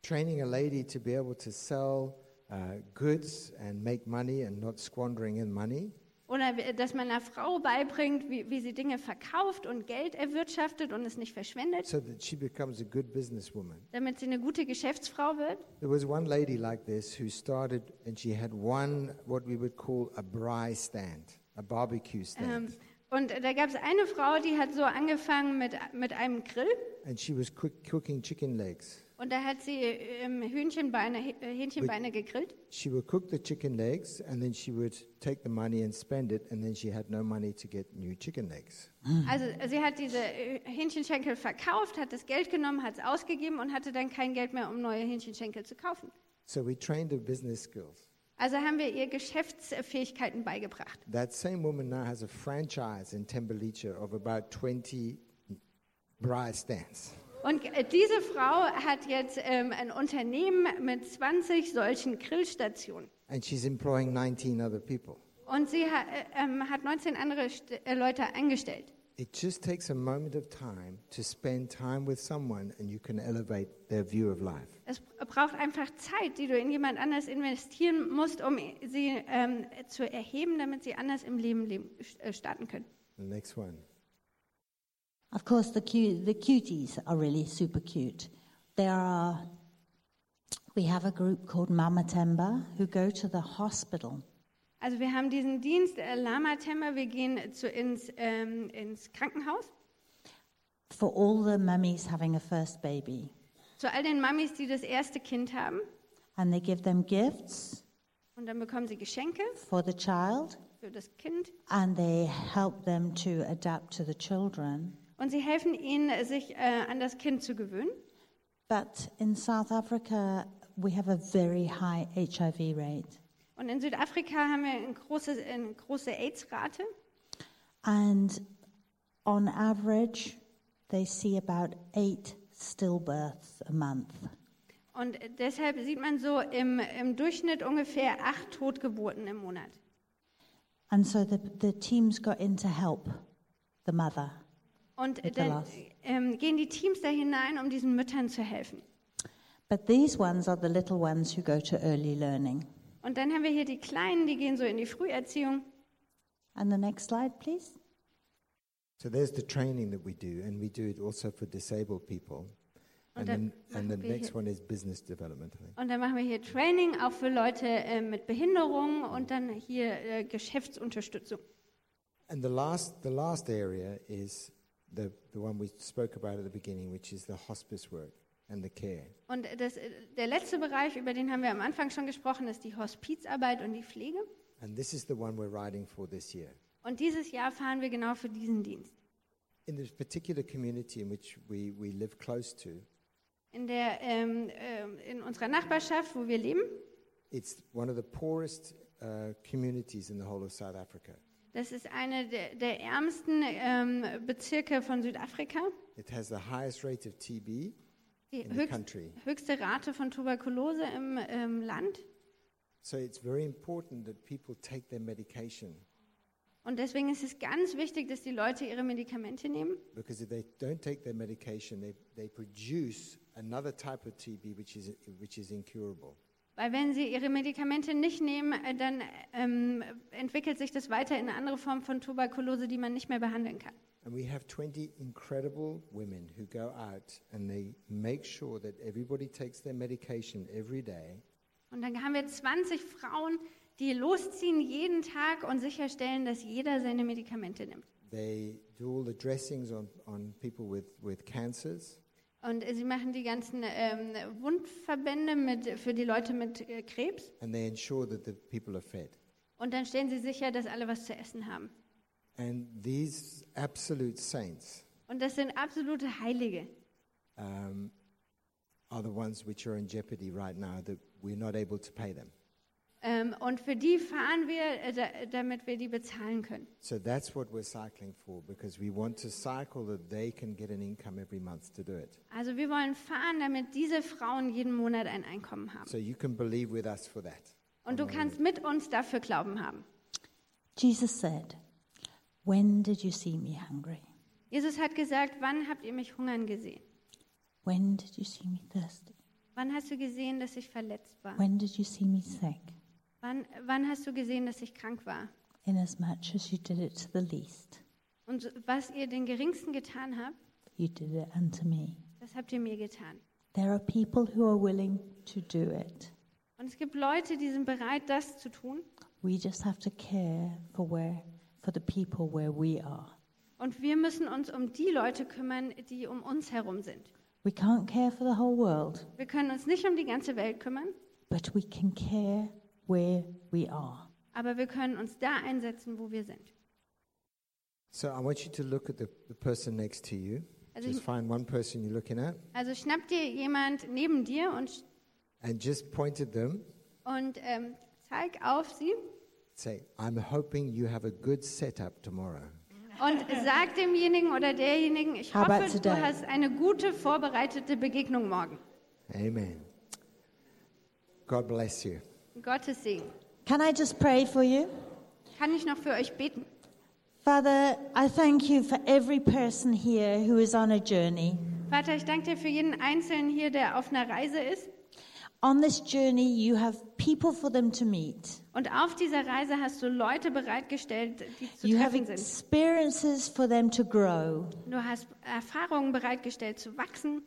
training a lady to be able to sell uh, goods and make money and not squandering in money,
oder w- dass man einer Frau beibringt, wie, wie sie Dinge verkauft und Geld erwirtschaftet und es nicht verschwendet,
so that she becomes a good businesswoman.
damit sie eine gute Geschäftsfrau wird.
There was one lady like this who started, and she had one what we would call a braai stand, a barbecue stand,
Ähm, und da gab es eine Frau, die hat so angefangen mit, mit einem Grill
and she was cook- cooking chicken legs.
und da hat sie ähm, Hühnchenbeine, H- äh, Hähnchenbeine gegrillt.
She would cook the chicken legs, and then she would take the money and spend it, and then she had no money to get new chicken legs.
Also sie hat diese äh, Hähnchenschenkel verkauft, hat das Geld genommen, hat es ausgegeben und hatte dann kein Geld mehr, um neue Hähnchenschenkel zu kaufen.
So we trained her business skills.
Also haben wir ihr Geschäftsfähigkeiten beigebracht.
That same woman now has a franchise in Tembelicha of about 20 braai stands.
Und äh, diese Frau hat jetzt ähm, ein Unternehmen mit 20 solchen Grillstationen.
and she's employing 19 other people.
Und sie ha äh, ähm, hat 19 andere St äh, Leute angestellt.
It just takes a moment of time to spend time with someone and you can elevate their view of life.
Es br- braucht einfach Zeit, die du in jemand anders investieren musst, um sie ähm, zu erheben, damit sie anders im Leben leben, äh, starten können.
The next one.
Of course, the, cu- the cuties are really super cute. There are, we have a group called Mama Temba who go to the hospital.
Also wir haben diesen Dienst äh, Lama Temba, wir gehen zu, ins, ähm, ins Krankenhaus
for all the mummies having a first baby.
zu all den Mamis, die das erste Kind haben
And they give them gifts
und dann bekommen sie Geschenke
for the child
für das Kind
and they help them to adapt to the children.
und sie helfen ihnen, äh, sich äh, an das Kind zu gewöhnen.
But in South Africa, we have a very high HIV rate.
Und in Südafrika haben wir ein großes, eine große AIDS-Rate
And on average, they see about eight stillbirths a month.
und deshalb sieht man so im, im Durchschnitt ungefähr acht Totgeburten im Monat.
And so the, the teams got in to help the mother.
Und äh,
Bitte
dann
was?
ähm, gehen die Teams da hinein, um diesen Müttern zu helfen.
But these ones are the little ones who go to early learning.
Und dann haben wir hier die Kleinen, die gehen so in die Früherziehung.
And the next slide, please.
So there's the training that we do, and we do it also for disabled people. And,
Und
then,
dann
and the
machen wir
next
hier,
one is business development, I think.
und dann machen wir hier Training auch für Leute äh, mit Behinderungen und dann hier äh, Geschäftsunterstützung.
And the last, the last area is the, the one we spoke about at the beginning, which is the hospice work and the care.
Und das, äh, der letzte Bereich, über den haben wir am Anfang schon gesprochen, ist die Hospizarbeit und die Pflege.
And this is the one we're riding for this year.
Und dieses Jahr fahren wir genau für diesen Dienst.
In this particular community in which we, we live close to,
In, der, ähm, ähm, in unserer Nachbarschaft, wo wir leben,
it's one of the poorest uh, communities in the whole of South Africa.
das ist einer der, der ärmsten ähm, Bezirke von Südafrika.
It has the highest rate of TB
Die
in the
höchst,
country.
höchste Rate von Tuberkulose im ähm, Land.
So it's very important that people take their medication
Und deswegen ist es ganz wichtig, dass die Leute ihre Medikamente nehmen.
because if they don't take their medication, they, they produce another type of TB which is, which is incurable.
Weil wenn sie ihre Medikamente nicht nehmen, äh, dann äh, ähm, entwickelt sich das weiter in eine andere Form von Tuberkulose, die man nicht mehr behandeln kann.
And we have 20 incredible women who go out and they make sure that everybody takes their medication every day.
Und dann haben wir 20 Frauen, die losziehen jeden Tag und sicherstellen, dass jeder seine Medikamente nimmt.
They do all the dressings on, on people with, with cancers.
Und äh, sie machen die ganzen ähm, Wundverbände mit, für die Leute mit äh, Krebs.
and they ensure that the people are fed.
Und dann stellen sie sicher, dass alle was zu essen haben.
And these absolute saints
Und das sind absolute Heilige.
um, are the ones which are in jeopardy right now that we're not able to pay them.
Ähm, und für die fahren wir, äh, da, damit wir die bezahlen können.
So that's what we're cycling for because we want to cycle that they can get an income every month to do it.
Also wir wollen fahren, damit diese Frauen jeden Monat ein Einkommen haben.
So you can believe with us for that.
Und du kannst mit uns dafür Glauben haben.
Jesus said, When did you see me hungry?
Jesus hat gesagt, wann habt ihr mich hungern gesehen?
When did you see me thirsty?
Wann hast du gesehen, dass ich verletzt war?
When did you see me sick?
Wann, wann hast du gesehen, dass ich krank war?
Inasmuch as you did it to the least,
Und so- was ihr den Geringsten getan habt,
you did it unto me.
das habt ihr mir getan.
There are people who are willing to do it.
Und es gibt Leute, die sind bereit, das zu tun.
We just have to care for where for the people where we are.
Und wir müssen uns um die Leute kümmern, die um uns herum sind.
We can't care for the whole world,
Wir können uns nicht um die ganze Welt kümmern,
but we can care where we are.
aber wir können uns da einsetzen, wo wir sind.
So I want you to look at the, the person next to you.
Also
Just
ich-
find one person you're looking at
Also schnapp dir jemand neben dir und,
and just point at them.
und ähm, zeig auf sie.
Say, I'm hoping you have a good setup tomorrow.
und sag demjenigen oder derjenigen, ich
How about
hoffe,
today?
du hast eine gute vorbereitete Begegnung morgen.
Amen. God bless you.
Gottes Segen.
Can I just pray for you?
Kann ich noch für euch beten?
Father, I thank you for every person here who is on a journey.
Vater, ich danke dir für jeden Einzelnen hier, der auf einer Reise ist.
On this journey, you have people for them to meet.
Und auf dieser Reise hast du Leute bereitgestellt, die zu
You have
treffen sind.
experiences for them to grow.
Du hast Erfahrungen bereitgestellt zu wachsen.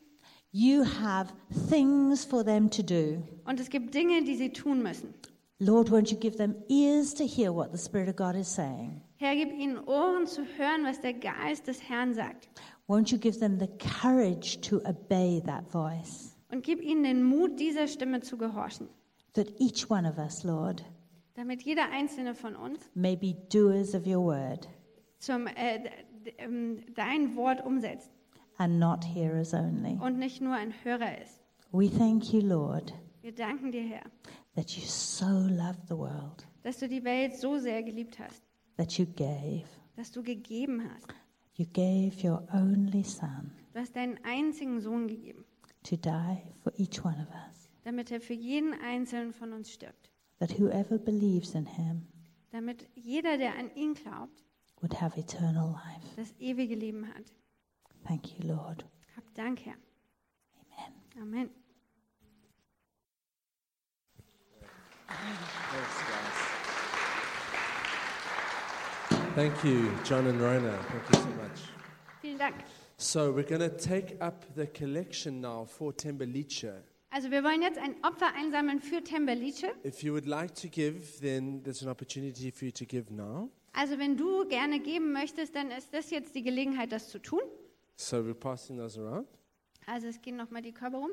You have things for them to do.
Und es gibt Dinge, die sie tun müssen.
Lord, won't you give them ears to hear what the Spirit of God is saying?
Herr, gib ihnen Ohren zu hören, was der Geist des Herrn sagt.
Won't you give them the courage to obey that voice?
Und gib ihnen den Mut, dieser Stimme zu gehorchen.
That each one of us, Lord,
Damit jeder einzelne von uns
may be doers of your word
zum, äh, d- d- ähm, dein Wort umsetzt
and not hearers only.
und nicht nur ein Hörer ist.
We thank you, Lord,
Wir danken dir, Herr,
that you so love the world,
dass du die Welt so sehr geliebt hast,
that you gave.
dass du gegeben hast.
You gave your only Son
Du hast deinen einzigen Sohn gegeben,
to die for each one of us,
damit er für jeden einzelnen von uns stirbt.
that whoever believes in him
Damit jeder, der an ihn glaubt,
would have eternal life.
das ewige Leben hat.
Thank you, Lord.
Hab Dank, Herr.
Amen.
Amen.
Thank you, John and Rona. Thank you so much.
Vielen Dank.
So we're going to take up the collection now for Tembelicha.
Also wir wollen jetzt ein Opfer einsammeln für Tembelice.
If you would like to give, then there's an opportunity for you to give now.
Also wenn du gerne geben möchtest, dann ist das jetzt die Gelegenheit, das zu tun.
So we're passing those around.
Also es gehen nochmal die Körbe rum.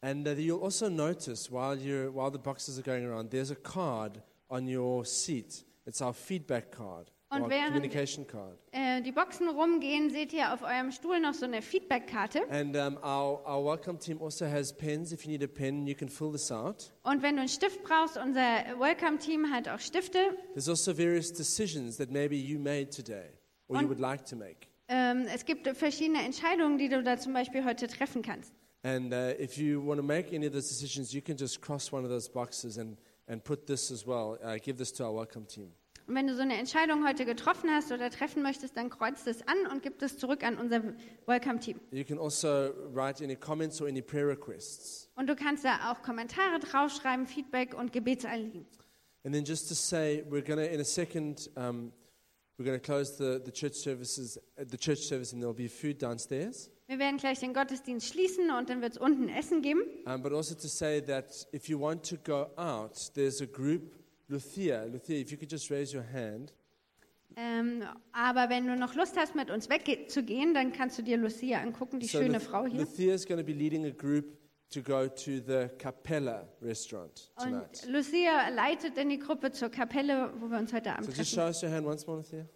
And uh, you'll also notice while, you're, while the boxes are going around, there's a card on your seat. It's our feedback card,
Und
our
während-
communication card.
Äh, die Boxen rumgehen, seht ihr auf eurem Stuhl noch so eine Feedbackkarte.
And um, our, our welcome team also has pens. If you need a pen, you can fill this out.
Und wenn du einen Stift brauchst, unser Welcome-Team hat auch Stifte.
There's also various decisions that maybe you made today or you
Und-
would like to make.
Ähm, es gibt verschiedene Entscheidungen, die du da zum Beispiel heute treffen kannst.
And uh, if you want to make any of those decisions, you can just cross one of those boxes and, and put this as well. Uh, give this to our welcome team.
Und wenn du so eine Entscheidung heute getroffen hast oder treffen möchtest, dann kreuzt es an und gib es zurück an unser Welcome-Team.
You can also write any comments or any prayer requests.
Und du kannst da auch Kommentare draufschreiben, Feedback und Gebetsanliegen.
And then just to say, we're going to, in a second, um, we're going to close the, the church services, uh, the church service, and there'll be food downstairs.
Wir werden gleich den Gottesdienst schließen und dann wird es unten Essen geben.
Um, but also to say that if you want to go out, there's a group, Luthia. Luthia, if you could just raise your hand.
Ähm, aber wenn du noch Lust hast, mit uns wegzugehen, dann kannst du dir Lucia angucken, die schöne
Luth-
Frau hier.
Luthia is going to be leading a group to go to the Capella restaurant tonight.
Und Lucia leitet dann die Gruppe zur Kapelle, wo wir uns
So
heute Abend
just
treffen.
show us your hand once more, Luthia.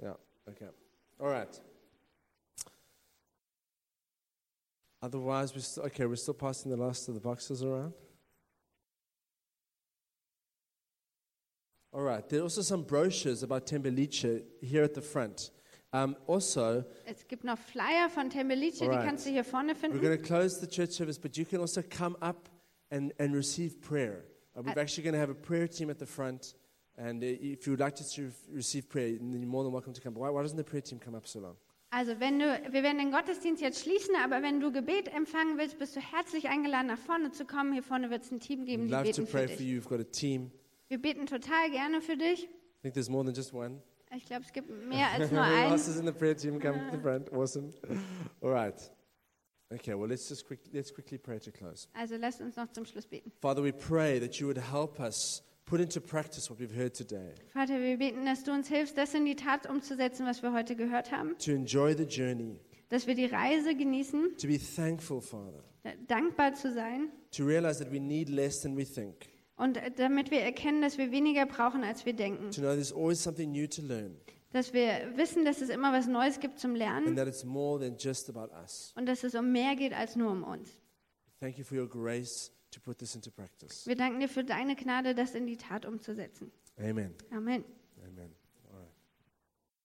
Yeah, okay. All right. Otherwise, we're still, okay, we're still passing the last of the boxes around. All right, there are also some brochures about Tembelice here at the front. Um, also,
Es gibt noch Flyer von Tembelice, die
Alright.
kannst du hier vorne
we're
finden.
going to close the church service, but you can also come up and, and receive prayer. Uh, we're
Uh,
actually going to have a prayer team at the front, and uh, if you would like to s- receive prayer, then you're more than welcome to come. But why, why doesn't the prayer team come up so long?
Also wenn du, wir werden den Gottesdienst jetzt schließen, aber wenn du Gebet empfangen willst, bist du herzlich eingeladen, nach vorne zu kommen. Hier vorne wird es ein Team geben,
We'd
die
love to
beten für
pray for
dich.
you. We've got a team.
Wir beten total gerne für dich.
I think there's more than just one.
Ich glaube, es gibt mehr als nur
Everyone
einen.
else is in the prayer team. Come to the front. Awesome. All right. Okay. Well, let's just quick, let's quickly pray to close.
Also lasst uns noch zum Schluss beten.
Father, we pray that you would help us put into practice what we've heard today,
Vater, wir beten, dass du uns hilfst, das in die Tat umzusetzen, was wir heute gehört haben.
to enjoy the journey,
Dass wir die Reise genießen,
to be thankful, Father.
dankbar zu sein
to realize that we need less than we think,
und äh, damit wir erkennen, dass wir weniger brauchen, als wir denken.
to know there's always something new to learn,
Dass wir wissen, dass es immer was Neues gibt zum
and
Lernen
that it's more than just about us.
und dass es um mehr geht als nur um uns.
Thank you for your grace to put this into practice.
Wir danken dir für deine Gnade, das in die Tat umzusetzen.
Amen.
Amen.